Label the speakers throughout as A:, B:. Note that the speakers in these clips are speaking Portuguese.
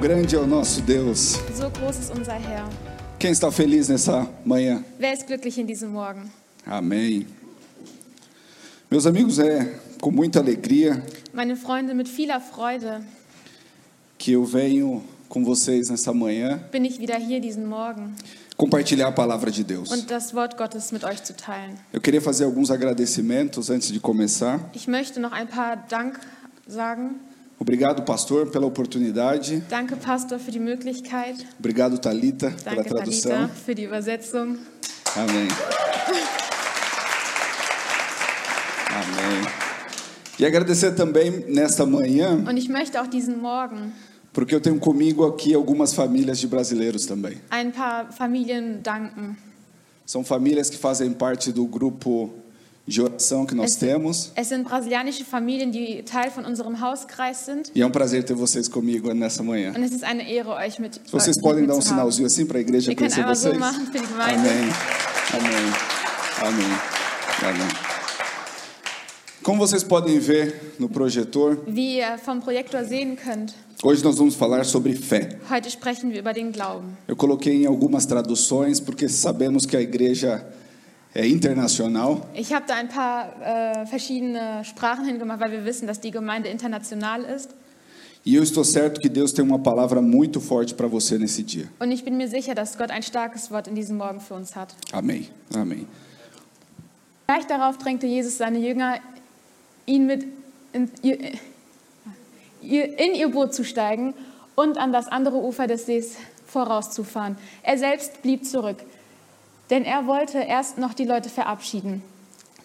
A: grande é o nosso Deus.
B: So groß ist unser Herr.
A: Quem está feliz nessa manhã?
B: Wer ist glücklich in diesem Morgen?
A: Amém. Meus amigos, é com muita alegria
B: Meine Freunde, mit vieler Freude
A: que eu venho com vocês nessa manhã
B: bin ich wieder hier diesen Morgen
A: compartilhar a palavra de Deus.
B: und das Wort Gottes mit euch zu teilen.
A: Eu queria fazer alguns agradecimentos antes de começar.
B: Ich möchte noch ein paar Dank sagen.
A: Obrigado, pastor, pela oportunidade.
B: Danke, Pastor, für die Möglichkeit.
A: Obrigado, Talita, pela
B: Danke, Tá, Talita,
A: tradução.
B: für die Übersetzung.
A: Amém. Amém. E agradecer também nesta manhã,
B: Und ich möchte auch diesen Morgen
A: porque eu tenho comigo aqui algumas famílias de brasileiros também.
B: ein paar Familien danken.
A: São famílias que fazem parte do grupo de oração que nós
B: Esse-
A: temos.
B: Es sind brasilianische Familien, die Teil von unserem Hauskreis sind.
A: E é um prazer ter vocês comigo nessa manhã.
B: Und es ist eine Ehre, euch mit
A: Vocês
B: äh,
A: podem
B: mit
A: dar um
B: zu haben.
A: sinalzinho assim para a igreja
B: Wir können
A: conhecer
B: einmal so
A: vocês?
B: machen für die Gemeinde.
A: Amém. Amém. Amém. Amém. Como vocês podem ver no projetor,
B: Wie ihr vom Projektor sehen könnt,
A: hoje nós vamos falar sobre fé.
B: heute sprechen wir über den Glauben.
A: Eu coloquei em algumas traduções porque sabemos que a igreja é internacional
B: Ich habe da ein paar äh, verschiedene Sprachen hingemacht, weil wir wissen, dass die Gemeinde international ist.
A: e eu estou certo que Deus tem uma palavra muito forte para você nesse dia.
B: Und ich bin mir sicher, dass Gott ein starkes Wort in diesem Morgen für uns hat.
A: Amém. Amém.
B: Gleich darauf drängte Jesus seine Jünger, ihn mit in ihr, ihr- in ihr Boot zu steigen und an das andere Ufer des Sees vorauszufahren. Er selbst blieb zurück, denn er wollte erst noch die Leute verabschieden.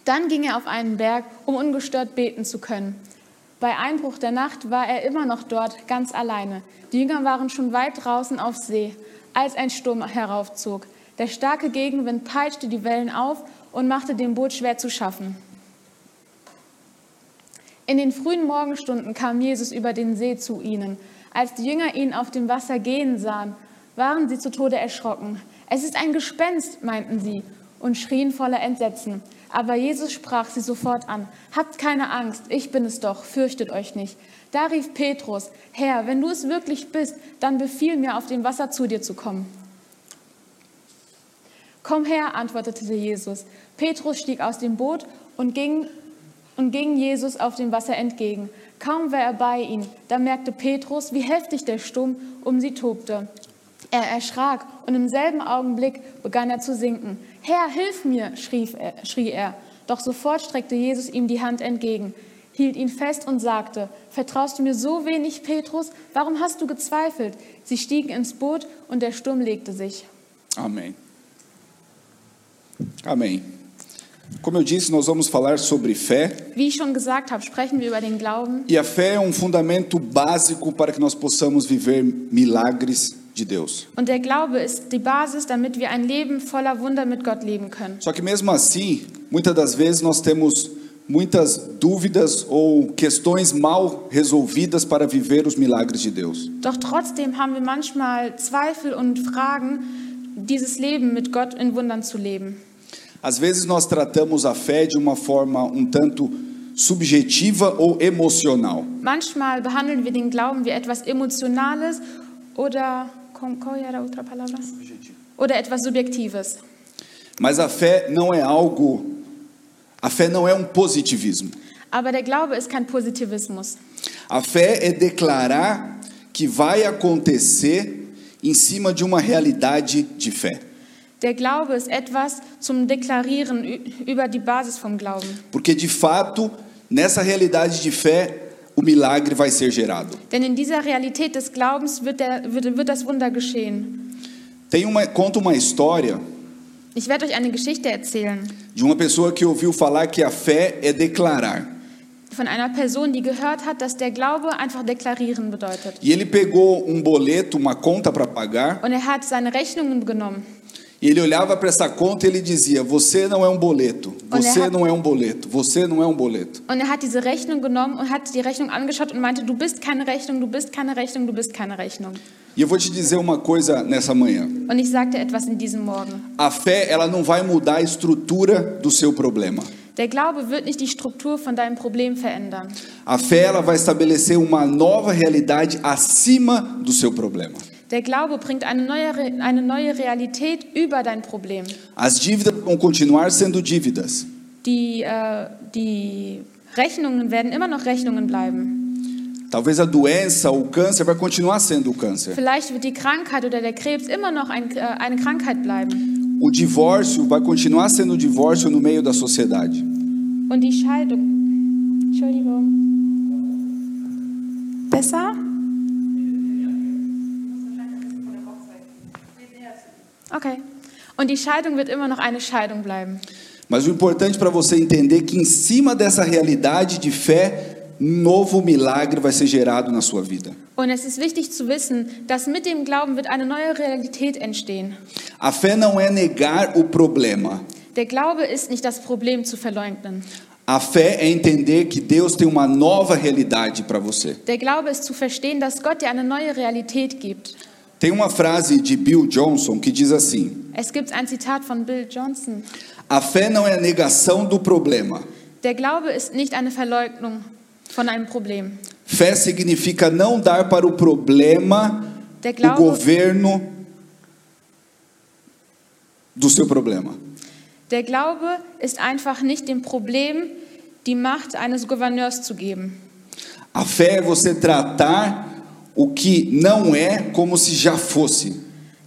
B: Dann ging er auf einen Berg, um ungestört beten zu können. Bei Einbruch der Nacht war er immer noch dort, ganz alleine. Die Jünger waren schon weit draußen auf See, als ein Sturm heraufzog. Der starke Gegenwind peitschte die Wellen auf und machte dem Boot schwer zu schaffen. In den frühen Morgenstunden kam Jesus über den See zu ihnen. Als die Jünger ihn auf dem Wasser gehen sahen, waren sie zu Tode erschrocken. Es ist ein Gespenst, meinten sie und schrien voller Entsetzen. Aber Jesus sprach sie sofort an. Habt keine Angst, ich bin es doch, fürchtet euch nicht. Da rief Petrus, Herr, wenn du es wirklich bist, dann befiehl mir, auf dem Wasser zu dir zu kommen. Komm her, antwortete Jesus. Petrus stieg aus dem Boot und ging, und ging Jesus auf dem Wasser entgegen. Kaum war er bei ihm, da merkte Petrus, wie heftig der Sturm um sie tobte. Er erschrak und im selben Augenblick begann er zu sinken. Herr, hilf mir, schrie er, schrie er. Doch sofort streckte Jesus ihm die Hand entgegen, hielt ihn fest und sagte, Vertraust du mir so wenig, Petrus? Warum hast du gezweifelt? Sie stiegen ins Boot und der Sturm legte sich.
A: Amém. Amém. Como eu disse, nós vamos falar sobre fé.
B: Wie ich schon gesagt habe, sprechen wir über den Glauben.
A: E a fé é um fundamento básico para que nós possamos viver milagres de Deus.
B: Und der Glaube ist die Basis, damit wir ein Leben voller Wunder mit Gott leben können.
A: Só que mesmo assim, muitas das vezes nós temos muitas dúvidas ou questões mal resolvidas para viver os milagres de Deus.
B: Doch trotzdem haben wir manchmal Zweifel und Fragen, dieses Leben mit Gott in Wundern zu leben.
A: Às vezes nós tratamos a fé de uma forma um tanto subjetiva ou emocional.
B: Manchmal behandeln wir den Glauben wie etwas Emotionales oder, Com- Coya era outra palavra? oder etwas Subjektives.
A: Mas a fé não é algo. A fé não é um positivismo.
B: Aber der Glaube ist kein Positivismus.
A: A fé é declarar que vai acontecer em cima de uma realidade de fé.
B: Der Glaube ist etwas zum Deklarieren ü- über die Basis vom Glauben.
A: Porque de fato, nessa realidade de fé, o milagre vai ser gerado.
B: Denn in dieser Realität des Glaubens wird, der, wird, wird das Wunder geschehen.
A: Tem uma conta uma história
B: Ich werde euch eine Geschichte erzählen
A: de uma pessoa que ouviu falar que a fé é declarar.
B: von einer Person, die gehört hat, dass der Glaube einfach deklarieren bedeutet.
A: E ele pegou um boleto, uma conta para pagar,
B: Und er hat seine Rechnungen genommen
A: e ele olhava para essa conta e ele dizia: "Você não é um boleto. Você
B: Olhava-
A: não é um boleto. Você não é um boleto".
B: und er hat diese Rechnung genommen und hat die Rechnung angeschaut und meinte, du bist keine Rechnung, du bist keine Rechnung, du bist keine Rechnung.
A: E eu vou te dizer uma coisa nessa manhã.
B: Und ich sagte etwas in diesem Morgen.
A: A fé, ela não vai mudar a estrutura do seu problema.
B: Der Glaube wird nicht die Struktur von deinem Problem verändern.
A: A fé ela vai estabelecer uma nova realidade acima do seu problema.
B: Der Glaube bringt eine neue, Re- eine neue Realität über dein Problem.
A: As dívidas vão continuar sendo dívidas.
B: Die, äh, die Rechnungen werden immer noch Rechnungen bleiben.
A: Talvez a doença, o câncer vai continuar sendo o câncer.
B: Vielleicht wird die Krankheit oder der Krebs immer noch ein, äh, eine Krankheit bleiben.
A: O divórcio vai continuar sendo o divórcio no meio da sociedade.
B: Und die Scheidung. Entschuldigung. Besser? Okay. Und die Scheidung wird immer noch eine Scheidung bleiben.
A: Mas o importante para você entender que em cima dessa realidade de fé, um novo milagre vai ser gerado na sua vida.
B: Und es ist wichtig zu wissen, dass mit dem Glauben wird eine neue Realität entstehen.
A: A fé não é negar o problema.
B: Der Glaube ist nicht das Problem zu verleugnen.
A: A fé é entender que Deus tem uma nova realidade para você.
B: Der Glaube ist zu verstehen, dass Gott dir eine neue Realität gibt.
A: Tem uma frase de Bill Johnson que diz assim:
B: Es gibt ein Zitat von Bill Johnson.
A: A fé não é a negação do problema.
B: Der Glaube ist nicht eine Verleugnung von einem Problem.
A: Fé significa não dar para o problema
B: Der
A: o
B: Glaube,
A: governo do seu problema.
B: der Glaube ist einfach nicht dem Problem die Macht eines Gouverneurs zu geben.
A: A fé é você tratar o que não é como se já fosse.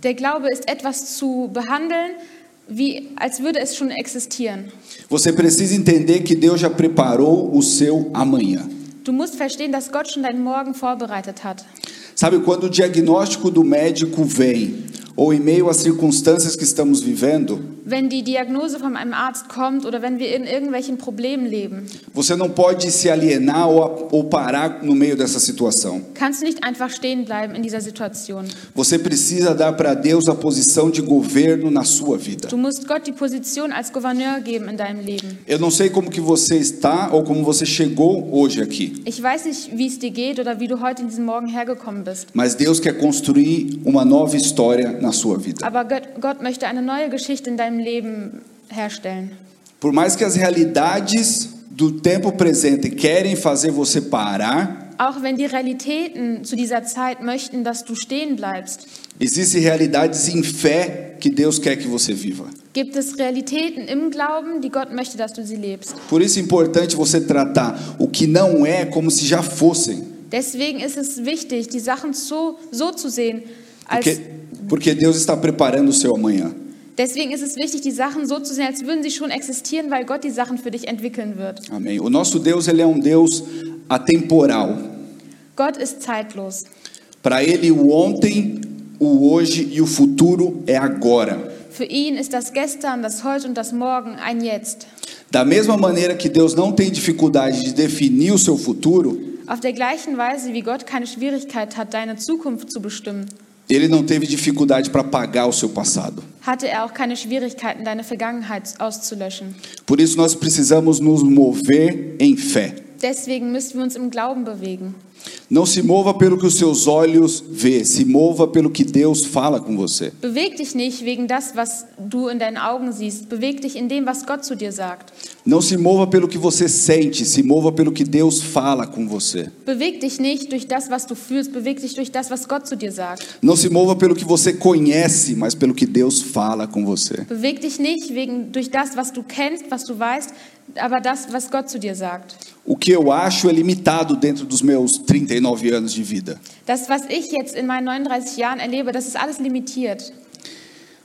B: Der Glaube ist etwas zu behandeln, wie, als würde es schon existieren.
A: Você precisa entender que Deus já preparou o seu amanhã.
B: Du musst verstehen, dass Gott schon deinen Morgen vorbereitet hat.
A: Sabe quando o diagnóstico do médico vem, ou em meio às circunstâncias que estamos vivendo,
B: Wenn die Diagnose von einem Arzt kommt oder wenn wir in irgendwelchen Problemen leben,
A: você não pode se alienar ou, a- ou parar no meio dessa situação.
B: kannst du nicht einfach stehen bleiben in dieser Situation.
A: Você precisa dar para Deus a posição de governo na sua vida.
B: Du musst Gott die Position als Gouverneur geben in deinem Leben.
A: Eu não sei como que você está ou como você chegou hoje aqui,
B: Ich weiß nicht, wie es dir geht oder wie du heute in diesem Morgen hergekommen bist,
A: mas Deus quer construir uma nova história na sua vida.
B: aber Gott, Gott möchte eine neue Geschichte in deinem Leben herstellen.
A: Por mais que as realidades do tempo presente querem fazer você parar,
B: Auch wenn die Realitäten zu dieser Zeit möchten, dass du stehen bleibst,
A: existem realidades em fé que Deus quer que você viva.
B: gibt es Realitäten im Glauben, die Gott möchte, dass du sie lebst.
A: Por isso é importante você tratar o que não é como se já fossem,
B: Deswegen ist es wichtig, die Sachen so, so zu sehen, als,
A: porque, porque Deus está preparando o seu amanhã.
B: deswegen ist es wichtig, die Sachen so zu sehen, als würden sie schon existieren, weil Gott die Sachen für dich entwickeln wird.
A: Amém. O nosso Deus ele é um Deus atemporal.
B: Gott ist zeitlos.
A: Para ele, o ontem, o hoje e o futuro é agora.
B: Für ihn ist das Gestern, das Heute und das Morgen ein Jetzt.
A: Da mesma maneira que Deus não tem dificuldade de definir o seu futuro,
B: Auf der gleichen Weise, wie Gott keine Schwierigkeit hat, deine Zukunft zu bestimmen,
A: ele não teve dificuldade para pagar o seu passado.
B: hatte er auch keine Schwierigkeiten, deine Vergangenheit auszulöschen.
A: Por isso, nós precisamos nos mover em fé.
B: Deswegen müssen wir uns im Glauben bewegen.
A: Não se mova pelo que os seus olhos vê, se mova pelo que Deus fala com você.
B: Beweg dich nicht wegen das, was du in deinen Augen siehst. Beweg dich in dem, was Gott zu dir sagt.
A: Não se mova pelo que você sente, se mova pelo que Deus fala com você.
B: Beweg dich nicht durch das, was du fühlst. Beweg dich durch das, was Gott zu dir sagt.
A: Não se mova pelo que você conhece, mas pelo que Deus fala com você.
B: Beweg dich nicht wegen, durch das, was du kennst, was du weißt, aber das, was Gott zu dir sagt.
A: O que eu acho é limitado dentro dos meus 39 anos de vida.
B: Das, was ich jetzt in meinen 39 Jahren erlebe, das ist alles limitiert.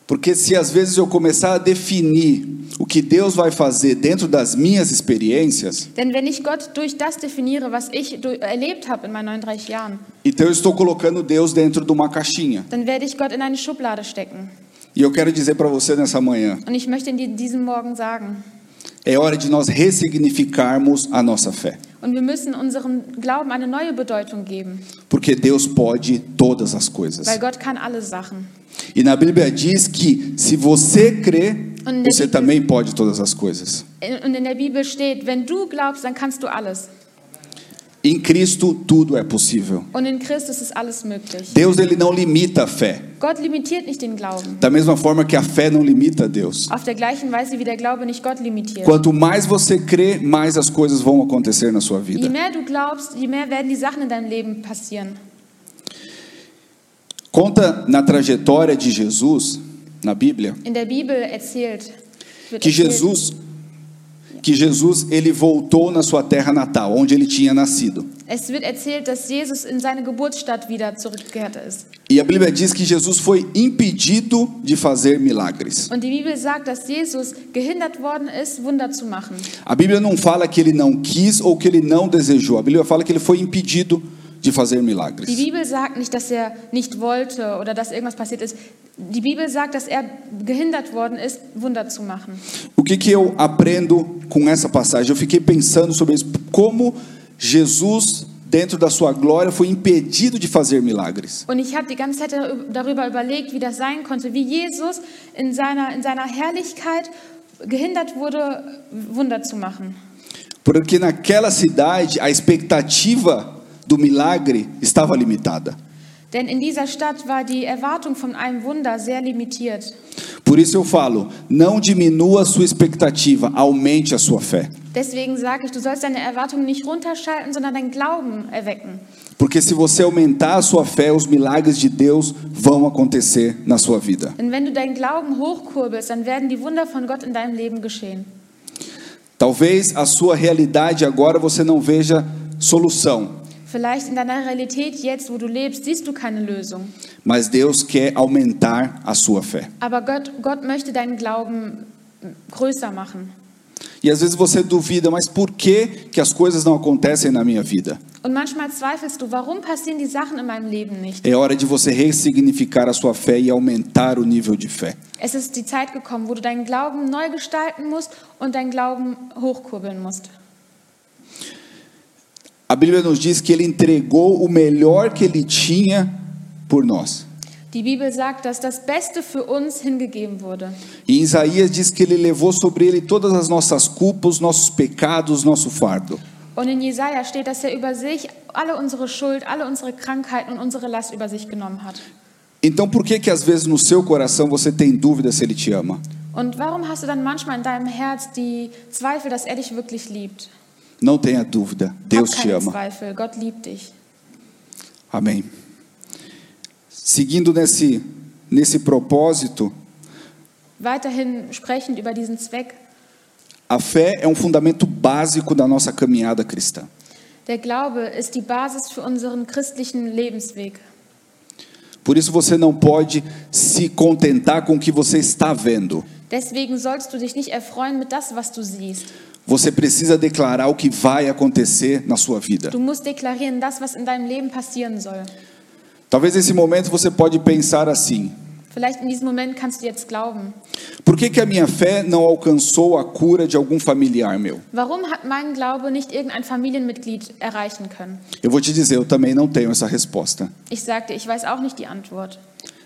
A: Porque se às vezes eu começar a definir o que Deus vai fazer dentro das minhas experiências,
B: Denn wenn ich Gott durch das definiere, was ich du- erlebt habe in meinen 39 Jahren,
A: então eu estou colocando Deus dentro de uma caixinha.
B: dann werde ich Gott in eine Schublade stecken.
A: E eu quero dizer para você nessa manhã,
B: Und ich möchte dir diesen Morgen sagen,
A: é hora de nós ressignificarmos a nossa fé.
B: und wir müssen unserem Glauben eine neue Bedeutung geben,
A: Porque Deus pode todas as coisas.
B: weil Gott kann alle Sachen.
A: E na Bíblia diz que se você crê,
B: Onde
A: você
B: Bíblia-
A: também pode todas as coisas.
B: Und in der Bibel steht, wenn du glaubst, dann kannst du alles.
A: Em Cristo tudo é possível.
B: Und in Christus ist alles möglich.
A: Deus ele não limita a fé.
B: Gott limitiert nicht den Glauben.
A: Da mesma forma que a fé não limita a Deus.
B: Auf der gleichen Weise, wie der Glaube nicht Gott limitiert.
A: Quanto mais você crê, mais as coisas vão acontecer na sua
B: Je
A: vida.
B: mehr du glaubst, je mehr werden die Sachen in deinem Leben passieren.
A: Conta na trajetória de Jesus na Bíblia
B: In der Bibel erzählt, wird
A: que
B: erzählt,
A: Jesus que Jesus ele voltou na sua terra natal, onde ele tinha nascido.
B: es wird erzählt, dass Jesus in seine Geburtsstadt wieder zurückgekehrt ist.
A: E a Bíblia diz que Jesus foi impedido de fazer milagres.
B: Und die Bibel sagt, dass Jesus gehindert worden ist, Wunder zu machen.
A: A Bíblia não fala que ele não quis ou que ele não desejou. A Bíblia fala que ele foi impedido de fazer
B: Die
A: milagres.
B: Bibel sagt nicht, dass er nicht wollte oder dass irgendwas passiert ist. Die Bibel sagt, dass er gehindert worden ist, Wunder zu machen.
A: O que, que eu aprendo com essa passagem? Eu fiquei pensando sobre isso. Como Jesus, dentro da sua glória, foi impedido de fazer milagres.
B: Und ich habe die ganze Zeit darü- darüber überlegt, wie das sein konnte, wie Jesus in seiner, in seiner Herrlichkeit gehindert wurde, Wunder zu machen.
A: Porque naquela cidade, a expectativa do milagre estava limitada.
B: Denn in dieser Stadt war die Erwartung von einem Wunder sehr limitiert.
A: Por isso eu falo: não diminua a sua expectativa, aumente a sua fé.
B: Deswegen sage ich, du sollst deine Erwartungen nicht runterschalten, sondern deinen Glauben erwecken.
A: Porque se você aumentar a sua fé, os milagres de Deus vão acontecer na sua vida.
B: Denn wenn du deinen Glauben hochkurbelst, dann werden die Wunder von Gott in deinem Leben geschehen.
A: Talvez a sua realidade agora você não veja solução,
B: Vielleicht in deiner Realität jetzt, wo du lebst, siehst du keine Lösung.
A: mas Deus quer aumentar a sua fé.
B: Aber Gott, Gott möchte deinen Glauben größer machen.
A: E às vezes você duvida, mas por que que as coisas não acontecem na minha vida?
B: Und manchmal zweifelst du, warum passieren die Sachen in meinem Leben nicht?
A: É hora de você ressignificar a sua fé e aumentar o nível de fé.
B: Es ist die Zeit gekommen, wo du deinen Glauben neu gestalten musst und deinen Glauben hochkurbeln musst.
A: A Bíblia nos diz que ele entregou o melhor que ele tinha por nós.
B: Die Bibel sagt, dass das Beste für uns hingegeben wurde.
A: E em Isaías diz que ele levou sobre ele todas as nossas culpas, nossos pecados, nosso fardo.
B: Und in Jesaja steht, dass er über sich alle unsere Schuld, alle unsere Krankheiten und unsere Last über sich genommen hat.
A: Então por que que às vezes no seu coração você tem dúvida se ele te ama?
B: Und warum hast du dann manchmal in deinem Herz die Zweifel, dass er dich wirklich liebt?
A: Não tenha dúvida, Deus
B: Hab
A: te
B: keine
A: ama.
B: Zweifel, Gott liebt dich.
A: Amém. Seguindo nesse nesse propósito,
B: Weiterhin sprechend über diesen Zweck.
A: a fé é um fundamento básico da nossa caminhada cristã.
B: Der Glaube ist die Basis für unseren christlichen Lebensweg.
A: Por isso você não pode se contentar com o que você está vendo.
B: Deswegen sollst du dich nicht erfreuen mit das, was du siehst.
A: Você precisa declarar o que vai acontecer na sua vida.
B: Du musst deklarieren, das, was in deinem Leben passieren soll.
A: Talvez nesse momento você pode pensar assim:
B: Vielleicht in diesem Moment kannst du jetzt glauben.
A: Por que, que a minha fé não alcançou a cura de algum familiar meu?
B: Warum hat mein Glaube nicht irgendein Familienmitglied erreichen können?
A: Eu vou te dizer, eu também não tenho essa resposta.
B: Ich sagte, ich weiß auch nicht die Antwort.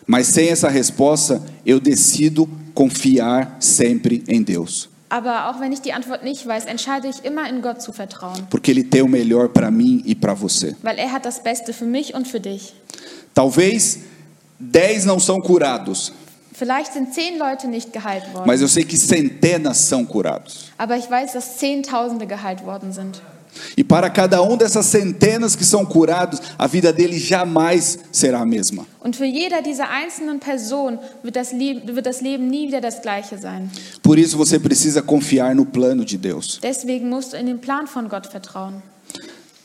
A: Mas sem essa resposta, eu decido confiar sempre em Deus,
B: Aber auch wenn ich die Antwort nicht weiß, entscheide ich immer in Gott zu vertrauen,
A: porque ele tem o melhor para mim e para você.
B: weil er hat das Beste für mich und für dich.
A: Talvez 10 não são curados,
B: Vielleicht sind zehn Leute nicht geheilt worden,
A: mas eu sei que centenas são curados.
B: aber ich weiß, dass Zehntausende geheilt worden sind.
A: E para cada um dessas centenas que são curados, a vida dele jamais será a mesma.
B: Und für jeder dieser einzelnen Person wird das, Leben, wird das Leben nie wieder das gleiche sein.
A: Por isso você precisa confiar no plano de Deus.
B: Deswegen musst du in den Plan von Gott vertrauen.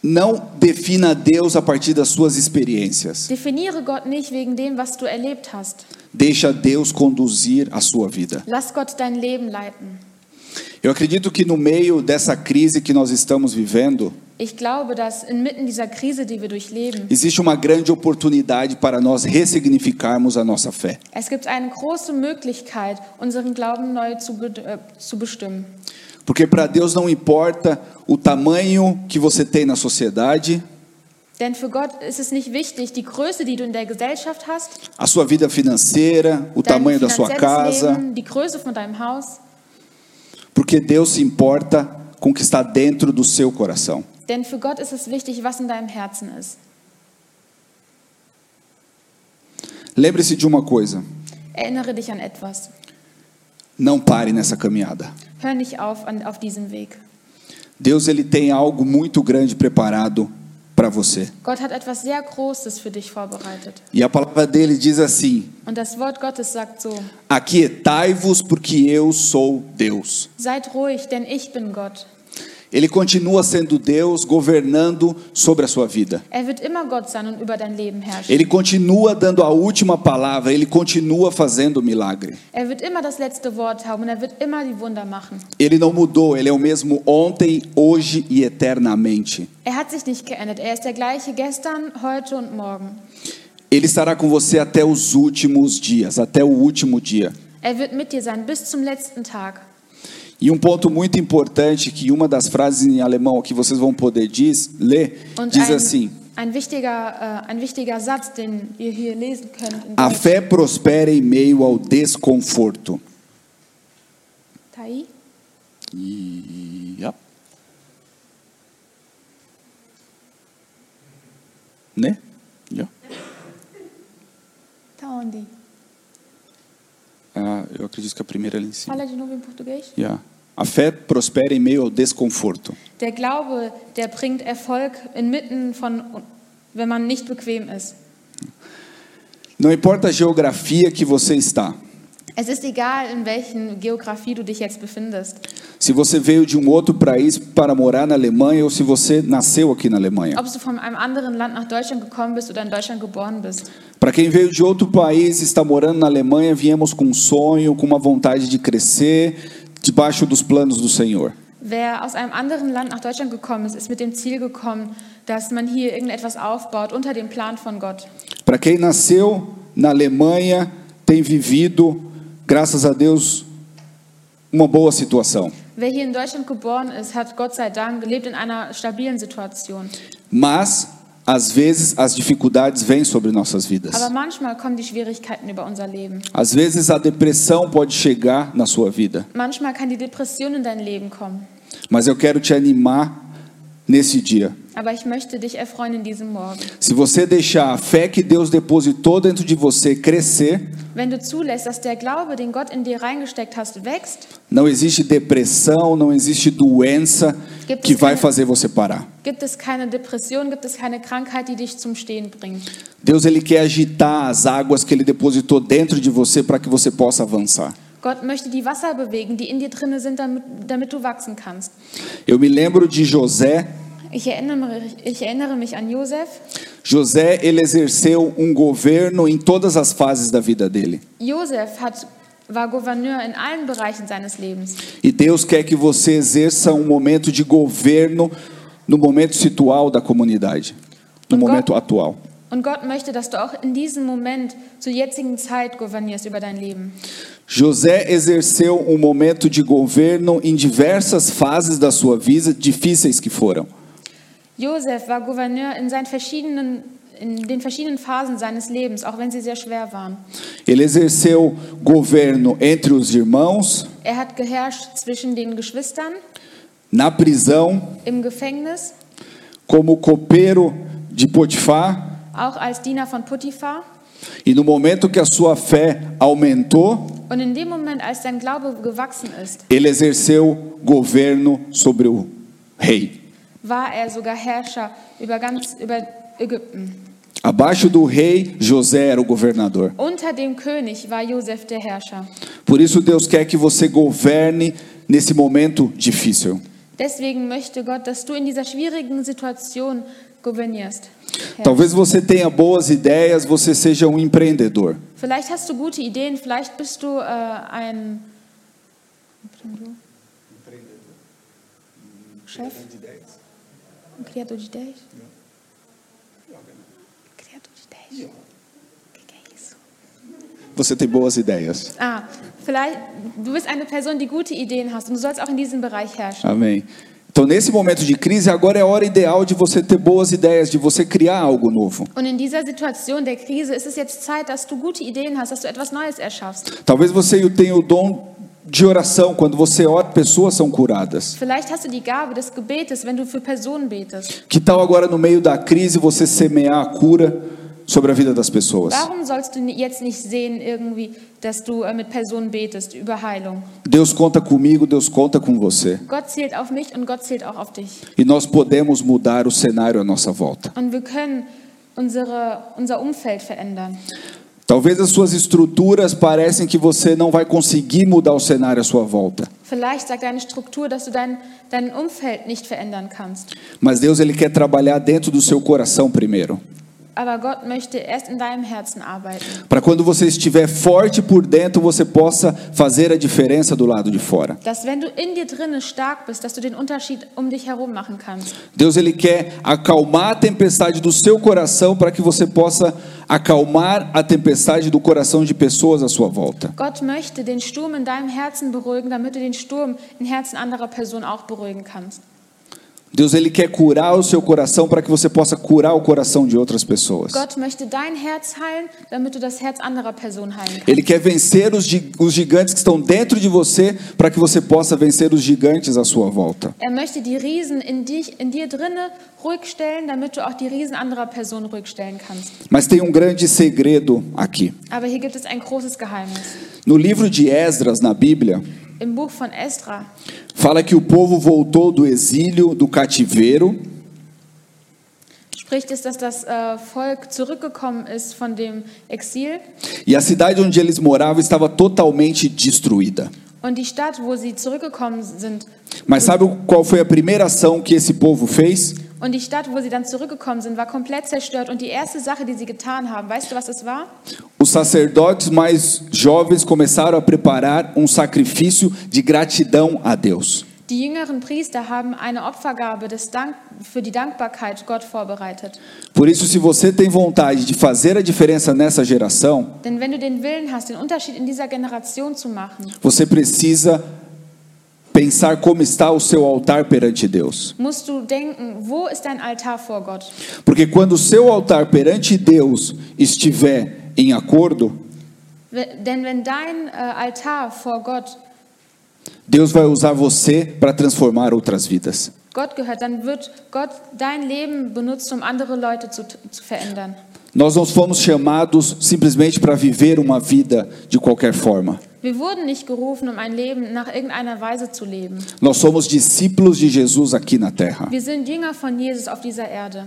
A: Não defina Deus a partir das suas experiências.
B: Definiere Gott nicht wegen dem, was du erlebt hast.
A: Deixa Deus conduzir a sua vida.
B: Lass Gott dein Leben leiten.
A: Eu acredito que no meio dessa crise que nós estamos vivendo,
B: Ich glaube, dass inmitten dieser Krise, die wir durchleben,
A: existe uma grande oportunidade para nós ressignificarmos a nossa fé.
B: es gibt eine große Möglichkeit, unseren Glauben neu zu, be äh, zu bestimmen.
A: Porque para Deus não importa o tamanho que você tem na sociedade,
B: Denn für Gott ist es nicht wichtig, die Größe, die du in der Gesellschaft hast,
A: a sua vida financeira, o
B: dein
A: tamanho da sua
B: finanzielles
A: casa,
B: Leben, die Größe von deinem Haus,
A: porque Deus se importa com o que está dentro do seu coração.
B: Denn für Gott ist es wichtig, was in deinem Herzen ist.
A: Lembre-se de uma coisa:
B: Erinnere dich an etwas.
A: não pare nessa caminhada.
B: Hör nicht auf an, auf diesem Weg.
A: Deus ele tem algo muito grande preparado para você.
B: Gott hat etwas sehr Großes für dich vorbereitet.
A: E a palavra dele diz assim:
B: Und das Wort Gottes sagt so,
A: Aquietai-vos, porque eu sou Deus.
B: seid ruhig, denn ich bin Gott.
A: Ele continua sendo Deus, governando sobre a sua vida.
B: Er wird immer Gott sein und über dein Leben herrschen.
A: Ele continua dando a última palavra, ele continua fazendo o milagre.
B: Er wird immer das letzte Wort haben und er wird immer die Wunder machen.
A: Ele não mudou, ele é o mesmo ontem, hoje e eternamente.
B: Er hat sich nicht geändert. Er ist der gleiche gestern, heute und morgen.
A: Ele estará com você até os últimos dias, até o último dia.
B: Er wird mit dir sein bis zum letzten Tag.
A: E um ponto muito importante que uma das frases em alemão que vocês vão poder diz, ler,
B: Und
A: diz
B: ein,
A: assim:
B: ein, wichtiger, äh, ein wichtiger Satz, den ihr hier lesen könnt. In
A: A
B: Deutsch.
A: fé prospera em meio ao desconforto.
B: Tai?
A: Yep. Né? Ja.
B: Tá onde?
A: Ah, eu acredito que a primeira é ali em cima.
B: Fala de novo em Portugies.
A: Yeah. A fé prospera em meio ao desconforto.
B: Der Glaube, der bringt Erfolg inmitten von, wenn man nicht bequem ist.
A: Não importa a geografia que você está.
B: Es ist egal, in welchen Geografie du dich jetzt befindest.
A: Se você veio de um outro país para morar na Alemanha ou se você nasceu aqui na Alemanha.
B: Ob du von einem anderen Land nach Deutschland gekommen bist oder in Deutschland geboren bist.
A: Para quem veio de outro país e está morando na Alemanha, viemos com um sonho, com uma vontade de crescer debaixo dos planos do Senhor.
B: Wer aus einem anderen Land nach Deutschland gekommen ist, ist mit dem Ziel gekommen, dass man hier irgendetwas aufbaut unter dem Plan von Gott.
A: Para quem nasceu na Alemanha, tem vivido, graças a Deus, uma boa situação.
B: Wer hier in Deutschland geboren ist, hat Gott sei Dank gelebt in einer stabilen Situation.
A: Mas, às vezes, as dificuldades vêm sobre nossas vidas.
B: Aber manchmal kommen die Schwierigkeiten über unser Leben.
A: Às vezes, a depressão pode chegar na sua vida.
B: Manchmal kann die Depression in dein Leben kommen.
A: Mas eu quero te animar nesse dia.
B: Aber ich möchte dich erfreuen in diesem Morgen.
A: Se você deixar a fé que Deus depositou dentro de você crescer,
B: Wenn du zulässt, dass der Glaube, den Gott in dir reingesteckt hast, wächst,
A: Não existe depressão, não existe doença
B: Gibt
A: que
B: es
A: vai
B: keine-
A: fazer você parar.
B: gibt es keine Depression, gibt es keine Krankheit, die dich zum Stehen bringt.
A: Deus ele quer agitar as águas que ele depositou dentro de você para que você possa avançar.
B: Gott möchte die Wasser bewegen, die in dir drinne sind, damit, damit du wachsen kannst.
A: Eu me lembro de José.
B: Ich erinnere, mich- ich erinnere mich an Josef.
A: José ele exerceu um governo em todas as fases da vida dele.
B: Josef hat, war Gouverneur in allen Bereichen seines Lebens.
A: E Deus quer que você exerça um momento de governo no momento situal da comunidade, no
B: Um go-
A: momento atual.
B: Und Gott möchte, dass du auch in diesem Moment, zur jetzigen Zeit, gouvernierst über dein Leben.
A: José exerceu um momento de governo em diversas fases da sua vida, difíceis que foram.
B: Josef war Gouverneur in, seinen verschiedenen, in den verschiedenen Phasen seines Lebens, auch wenn sie sehr schwer waren.
A: Ele exerceu governo entre os irmãos,
B: Er hat geherrscht zwischen den Geschwistern,
A: na prisão,
B: im Gefängnis,
A: como copeiro de Potifar,
B: auch als Diener von Potiphar.
A: e no momento que a sua fé aumentou,
B: Und in dem Moment, als sein Glaube gewachsen ist,
A: ele exerceu governo sobre o rei.
B: war er sogar Herrscher über ganz über Ägypten.
A: Abaixo do rei, José era o governador.
B: Unter dem König war Josef der Herrscher.
A: Por isso, Deus quer que você governe nesse momento difícil.
B: Deswegen möchte Gott, dass du in dieser schwierigen Situation gouvernierst. Herr.
A: Talvez você tenha boas ideias, você seja um empreendedor.
B: Vielleicht hast du gute Ideen, vielleicht bist du äh, ein Chef. Um criador de ideias? Criador de ideias. Que que é isso?
A: Você tem boas ideias.
B: Ah, vielleicht du bist eine Person, die gute Ideen hast und du sollst auch in diesem Bereich herrschen.
A: Amém. Então, nesse momento de crise, agora é a hora ideal de você ter boas ideias, de você criar algo novo.
B: Und in dieser Situation der Krise ist es jetzt Zeit, dass du gute Ideen hast, dass du etwas Neues erschaffst.
A: Talvez você tenha o dom de oração, quando você ora, pessoas são curadas.
B: Vielleicht hast du die Gabe des Gebetes, wenn du für Personen betest.
A: Que tal agora no meio da crise você semear a cura sobre a vida das pessoas?
B: Warum sollst du ni- jetzt nicht sehen, irgendwie, dass du äh, mit Personen betest über Heilung?
A: Deus conta comigo, Deus conta com você.
B: Gott zählt auf mich und Gott zählt auch auf dich.
A: E nós podemos mudar o cenário à nossa volta.
B: Und wir können unsere, unser Umfeld verändern.
A: Talvez as suas estruturas parecem que você não vai conseguir mudar o cenário à sua volta.
B: Vielleicht sagt deine Struktur, dass du dein, dein Umfeld nicht verändern kannst.
A: Mas Deus ele quer trabalhar dentro do seu coração primeiro.
B: Aber Gott möchte erst in deinem Herzen arbeiten,
A: Para quando você estiver forte por dentro, você possa fazer a diferença do lado de fora.
B: dass wenn du in dir drinnen stark bist, dass du den Unterschied um dich herum machen kannst.
A: Deus ele quer acalmar a tempestade do seu coração para que você possa acalmar a tempestade do coração de pessoas à sua volta.
B: Gott möchte den Sturm in deinem Herzen beruhigen, damit du den Sturm im Herzen anderer Personen auch beruhigen kannst.
A: Deus ele quer curar o seu coração para que você possa curar o coração de outras pessoas.
B: Gott möchte dein Herz heilen, damit du das Herz anderer Personen heilen kannst.
A: Ele quer vencer os, gi- os gigantes que estão dentro de você para que você possa vencer os gigantes à sua volta.
B: Er möchte die Riesen in, dich, in dir drinne ruhig stellen, damit du auch die Riesen anderer Personen ruhig stellen kannst.
A: Mas tem um grande segredo aqui.
B: Aber hier gibt es ein großes Geheimnis.
A: No livro de Esdras, na Bíblia,
B: Im Buch von Esra
A: fala que o povo voltou do exílio, do cativeiro,
B: spricht es, dass das äh, Volk zurückgekommen ist von dem Exil
A: e a cidade onde eles moravam estava totalmente destruída.
B: und die Stadt, wo sie zurückgekommen sind.
A: Mas sabe qual foi a primeira ação que esse povo fez?
B: Und die Stadt, wo sie dann zurückgekommen sind, war komplett zerstört. Und die erste Sache, die sie getan haben, weißt du, was das war?
A: Os sacerdotes mais jovens começaram a preparar um sacrifício de gratidão a Deus.
B: Die jüngeren Priester haben eine Opfergabe des Dank für die Dankbarkeit Gott vorbereitet.
A: Por isso, se você tem vontade de fazer a diferença nessa geração,
B: Denn wenn du den Willen hast, den Unterschied in dieser Generation zu machen,
A: você precisa pensar como está o seu altar perante Deus.
B: musst du denken, wo ist dein Altar vor Gott?
A: Porque quando o seu altar perante Deus estiver em acordo,
B: We- Denn wenn dein äh, Altar vor Gott
A: Deus vai usar você para transformar outras vidas.
B: Gott gehört, dann wird Gott dein Leben benutzt, um andere Leute zu, zu verändern.
A: Nós não fomos chamados simplesmente para viver uma vida de qualquer forma.
B: Wir wurden nicht gerufen, um ein Leben nach irgendeiner Weise zu leben.
A: Nós somos discípulos de Jesus aqui na terra.
B: Wir sind Jünger von Jesus auf dieser Erde.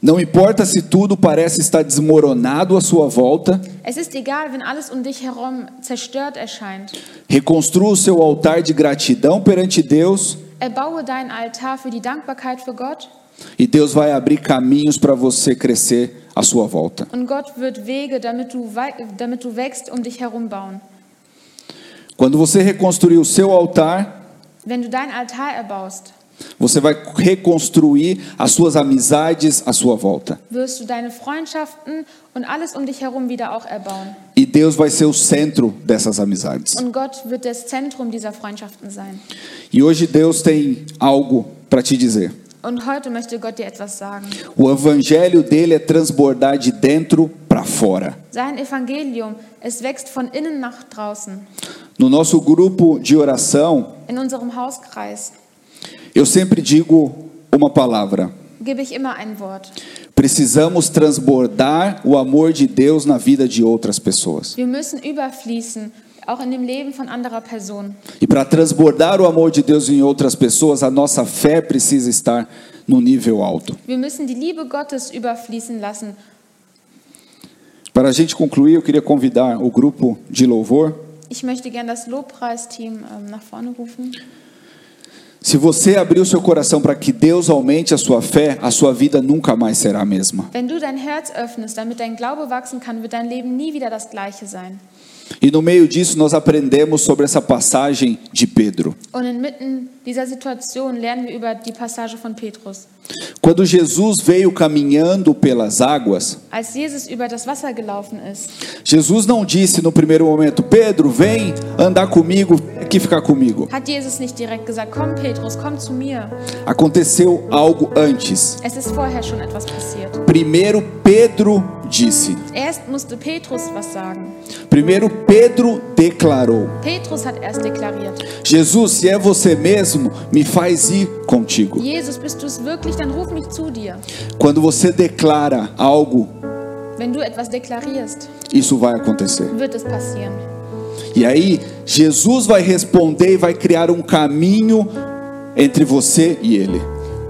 A: Não importa se tudo parece estar desmoronado à sua volta,
B: Es ist egal, wenn alles um dich herum zerstört erscheint.
A: reconstrua o seu altar de gratidão perante Deus
B: Erbaue deinen Altar für die Dankbarkeit für Gott
A: e Deus vai abrir caminhos para você crescer à sua volta.
B: und Gott wird Wege, damit du, wei- damit du wächst, um dich herum bauen.
A: Quando você reconstruir o seu altar,
B: Wenn du deinen Altar erbaust,
A: você vai reconstruir as suas amizades à sua volta.
B: wirst du deine Freundschaften und alles um dich herum wieder auch erbauen.
A: E Deus vai ser o centro dessas amizades.
B: Und Gott wird das Zentrum dieser Freundschaften sein.
A: E hoje Deus tem algo para te dizer.
B: Und heute möchte Gott dir etwas sagen.
A: O evangelho dele é transbordar de dentro para fora.
B: Sein Evangelium, es wächst von innen nach draußen.
A: No nosso grupo de oração,
B: In unserem Hauskreis
A: eu sempre digo uma palavra:
B: gebe ich immer ein Wort.
A: precisamos transbordar o amor de Deus na vida de outras pessoas.
B: Wir müssen überfließen, auch in dem Leben von anderer Person.
A: E para transbordar o amor de Deus em outras pessoas, a nossa fé precisa estar no nível alto.
B: Wir müssen die Liebe Gottes überfließen lassen.
A: Para a gente concluir, eu queria convidar o grupo de louvor.
B: Ich möchte gern das Lobpreisteam ähm, nach vorne rufen.
A: Se você abrir o seu coração para que Deus aumente a sua fé, a sua vida nunca mais será a mesma.
B: Wenn du dein Herz öffnest, damit dein Glaube wachsen kann, wird dein Leben nie wieder das gleiche sein.
A: E no meio disso nós aprendemos sobre essa passagem de Pedro.
B: Und inmitten dieser Situation lernen wir über die Passage von Petrus.
A: Quando Jesus veio caminhando pelas águas,
B: Als Jesus über das Wasser gelaufen ist,
A: Jesus não disse no primeiro momento: Pedro, vem andar comigo, vem aqui ficar comigo.
B: hat Jesus nicht direkt gesagt, komm Petrus, komm zu mir.
A: Aconteceu algo antes.
B: Es ist vorher schon etwas passiert.
A: Primeiro Pedro disse.
B: Erst musste Petrus was sagen.
A: Primeiro Pedro declarou.
B: Petrus hat erst deklariert.
A: Jesus, se é você mesmo, me faz ir contigo.
B: Jesus, bist du es wirklich, dann ruf mich zu dir.
A: Quando você declara algo,
B: Wenn du etwas deklarierst,
A: isso vai acontecer.
B: wird es passieren.
A: E aí, Jesus vai responder e vai criar um caminho entre você e ele.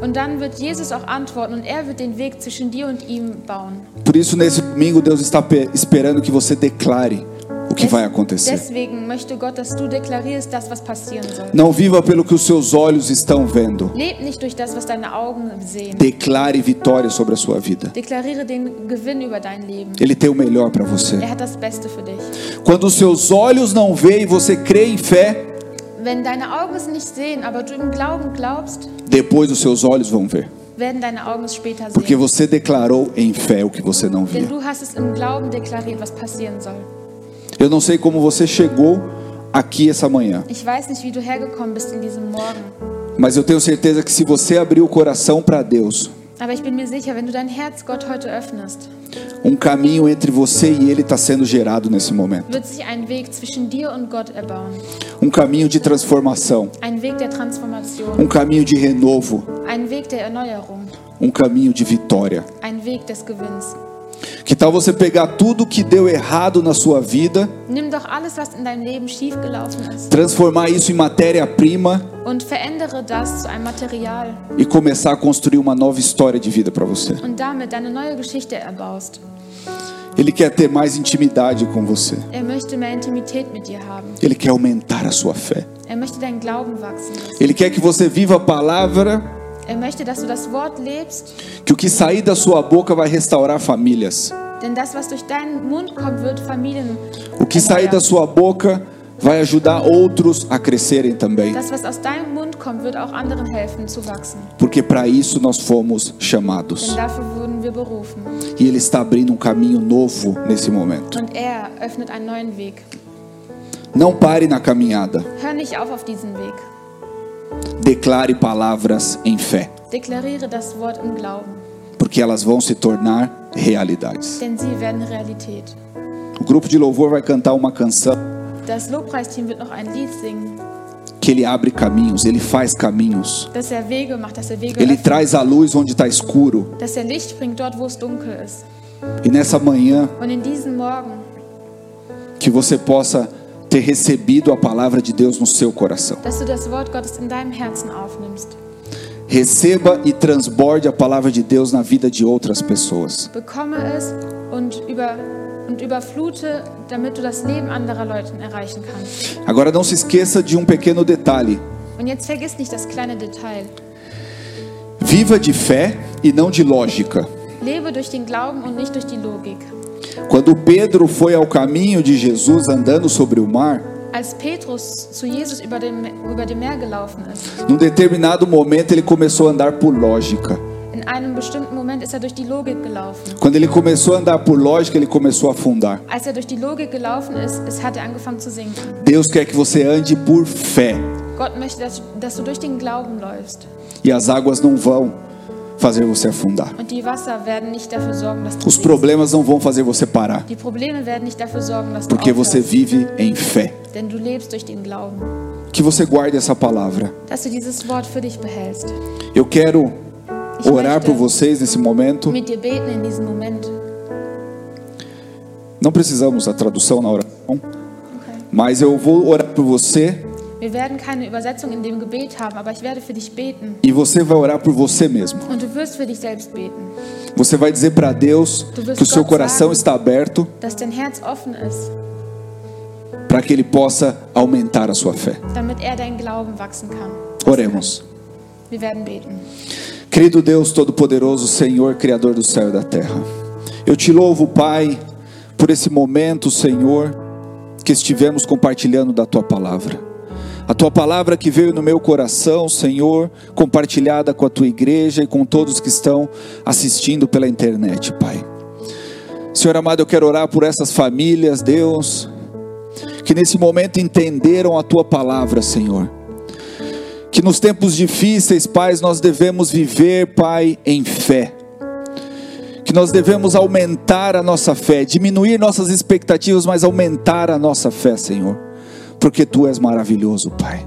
B: Und dann wird Jesus auch antworten und er wird den Weg zwischen dir und ihm bauen.
A: Por isso, nesse domingo, Deus está pe- esperando que você declare o que vai acontecer.
B: Deswegen möchte Gott, dass du deklarierst, das, was passieren soll.
A: Não viva pelo que os seus olhos estão vendo.
B: Leb nicht durch das, was deine Augen sehen.
A: Declare vitória sobre a sua vida.
B: Deklariere den Gewinn über dein Leben.
A: Ele tem o melhor para você.
B: Er hat das Beste für dich.
A: Quando os seus olhos não veem e você crê em fé,
B: Wenn deine Augen es nicht sehen, aber du im Glauben glaubst,
A: depois os seus olhos vão ver.
B: werden deine Augen es später
A: Porque
B: sehen.
A: você declarou em fé o que você não
B: Denn
A: via.
B: du hast es im Glauben deklariert, was passieren soll.
A: Eu não sei como você chegou aqui essa manhã,
B: Ich weiß nicht, wie du hergekommen bist in diesem Morgen,
A: mas eu tenho certeza que se você abrir o coração para Deus,
B: aber ich bin mir sicher, wenn du dein Herz Gott heute öffnest,
A: um caminho entre você e Ele está sendo gerado nesse momento.
B: wird sich ein Weg zwischen dir und Gott erbauen.
A: Um caminho de transformação,
B: Ein Weg der Transformation,
A: um caminho de renovo,
B: ein Weg der Erneuerung,
A: um caminho de vitória.
B: ein Weg des Gewinns.
A: Que tal você pegar tudo que deu errado na sua vida,
B: Nimm doch alles, was in deinem Leben schiefgelaufen ist
A: transformar isso em matéria-prima
B: und verändere das zu einem Material
A: e começar a construir uma nova história de vida para você?
B: und damit deine neue Geschichte erbaust.
A: Ele quer ter mais intimidade com você.
B: Er möchte mehr Intimität mit dir haben.
A: Ele quer aumentar a sua fé.
B: Er möchte deinen Glauben wachsen lassen.
A: Ele quer que você viva a palavra,
B: Er möchte, dass du das Wort lebst,
A: que o que sair da sua boca vai restaurar famílias.
B: denn das, was durch deinen Mund kommt, wird Familien.
A: O que sair da
B: erneuern.
A: sua boca vai ajudar outros a crescerem também,
B: Das, was aus deinem Mund kommt, wird auch anderen helfen zu wachsen.
A: porque para isso nós fomos
B: Denn
A: chamados.
B: dafür wurden wir berufen.
A: E ele está abrindo um caminho novo nesse momento.
B: Und er öffnet einen neuen Weg.
A: Não pare na caminhada.
B: Hör nicht auf auf diesen Weg.
A: Declare palavras em fé,
B: Deklariere das Wort im Glauben,
A: porque elas vão se tornar realidades.
B: denn sie werden Realität.
A: O grupo de louvor vai cantar uma canção
B: Das Lobpreisteam wird noch ein Lied singen,
A: que ele abre caminhos, ele faz caminhos.
B: dass er Wege macht, dass er Wege
A: Ele
B: öffnet,
A: traz a luz onde está escuro.
B: dass er Licht bringt dort, wo es dunkel ist.
A: E nessa manhã,
B: Und in diesem Morgen,
A: que você possa ter recebido a palavra de Deus no seu coração.
B: dass du das Wort Gottes in deinem Herzen aufnimmst.
A: Receba e transborde a palavra de Deus na vida de outras pessoas.
B: Bekomme es und, über, und überflute, damit du das Leben anderer Leuten erreichen kannst.
A: Agora não se esqueça de um pequeno detalhe.
B: Und jetzt vergiss nicht das kleine Detail.
A: Viva de fé e não de lógica.
B: Lebe durch den Glauben und nicht durch die Logik.
A: Quando Pedro foi ao caminho de Jesus andando sobre o mar,
B: Als Petrus zu Jesus über dem, über dem Meer gelaufen ist,
A: num determinado momento ele começou a andar por lógica.
B: in einem bestimmten Moment ist er durch die Logik gelaufen.
A: Quando ele começou a andar por lógica, ele começou a afundar.
B: Als er durch die Logik gelaufen ist, ist hat er angefangen zu sinken.
A: Deus quer que você ande por fé
B: Gott möchte, dass, dass du durch den Glauben läufst.
A: e as águas não vão fazer você afundar.
B: Und die Wasser werden nicht dafür sorgen, dass du
A: Os
B: sinkst.
A: problemas não vão fazer você parar,
B: Die Probleme werden nicht dafür sorgen, dass du
A: porque você
B: aufhörst,
A: vive em fé.
B: denn du lebst durch den Glauben.
A: Que você guarde essa palavra.
B: Dass du dieses Wort für dich behältst.
A: Eu quero
B: Ich
A: orar por
B: möchte
A: vocês nesse momento.
B: mit dir beten in diesem Moment.
A: Não precisamos da tradução na oração,
B: Okay.
A: mas eu vou orar por você
B: Wir werden keine Übersetzung in dem Gebet haben, aber ich werde für dich beten.
A: e você vai orar por você mesmo.
B: Und du wirst für dich selbst beten,
A: Você vai dizer para Deus que o seu coração está aberto
B: dass dein Herz offen ist,
A: para que ele possa aumentar a sua fé.
B: damit er dein Glauben wachsen kann.
A: Oremos.
B: Wir werden beten.
A: Querido Deus Todo-Poderoso, Senhor, Criador do céu e da terra, eu te louvo, Pai, por esse momento, Senhor, que estivemos compartilhando da tua palavra. A tua palavra que veio no meu coração, Senhor, compartilhada com a tua igreja e com todos que estão assistindo pela internet, Pai. Senhor amado, eu quero orar por essas famílias, Deus, que nesse momento entenderam a tua palavra, Senhor que nos tempos difíceis, Pai, nós devemos viver, Pai, em fé. Que que nós devemos aumentar a nossa fé, diminuir nossas expectativas, mas aumentar a nossa fé, Senhor, porque tu és maravilhoso, Pai.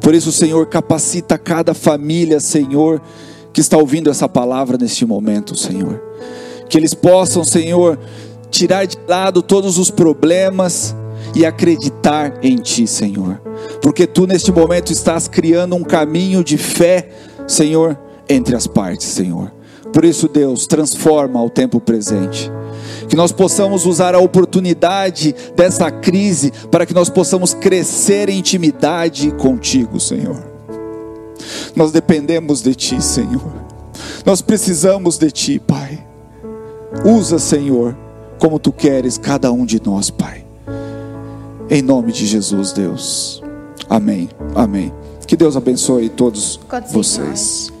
A: Por isso, Senhor, capacita cada família, Senhor, que está ouvindo essa palavra neste momento, Senhor. Que eles possam, Senhor, tirar de lado todos os problemas e acreditar em Ti, Senhor. Porque Tu, neste momento, estás criando um caminho de fé, Senhor, entre as partes, Senhor. Por isso, Deus, transforma o tempo presente. Que nós possamos usar a oportunidade dessa crise para que nós possamos crescer em intimidade contigo, Senhor. Nós dependemos de Ti, Senhor. Nós precisamos de Ti, Pai. Usa, Senhor, como Tu queres cada um de nós, Pai. Em nome de Jesus, Deus. Amém. Amém. Que Deus abençoe todos
C: Gott segne
A: vocês.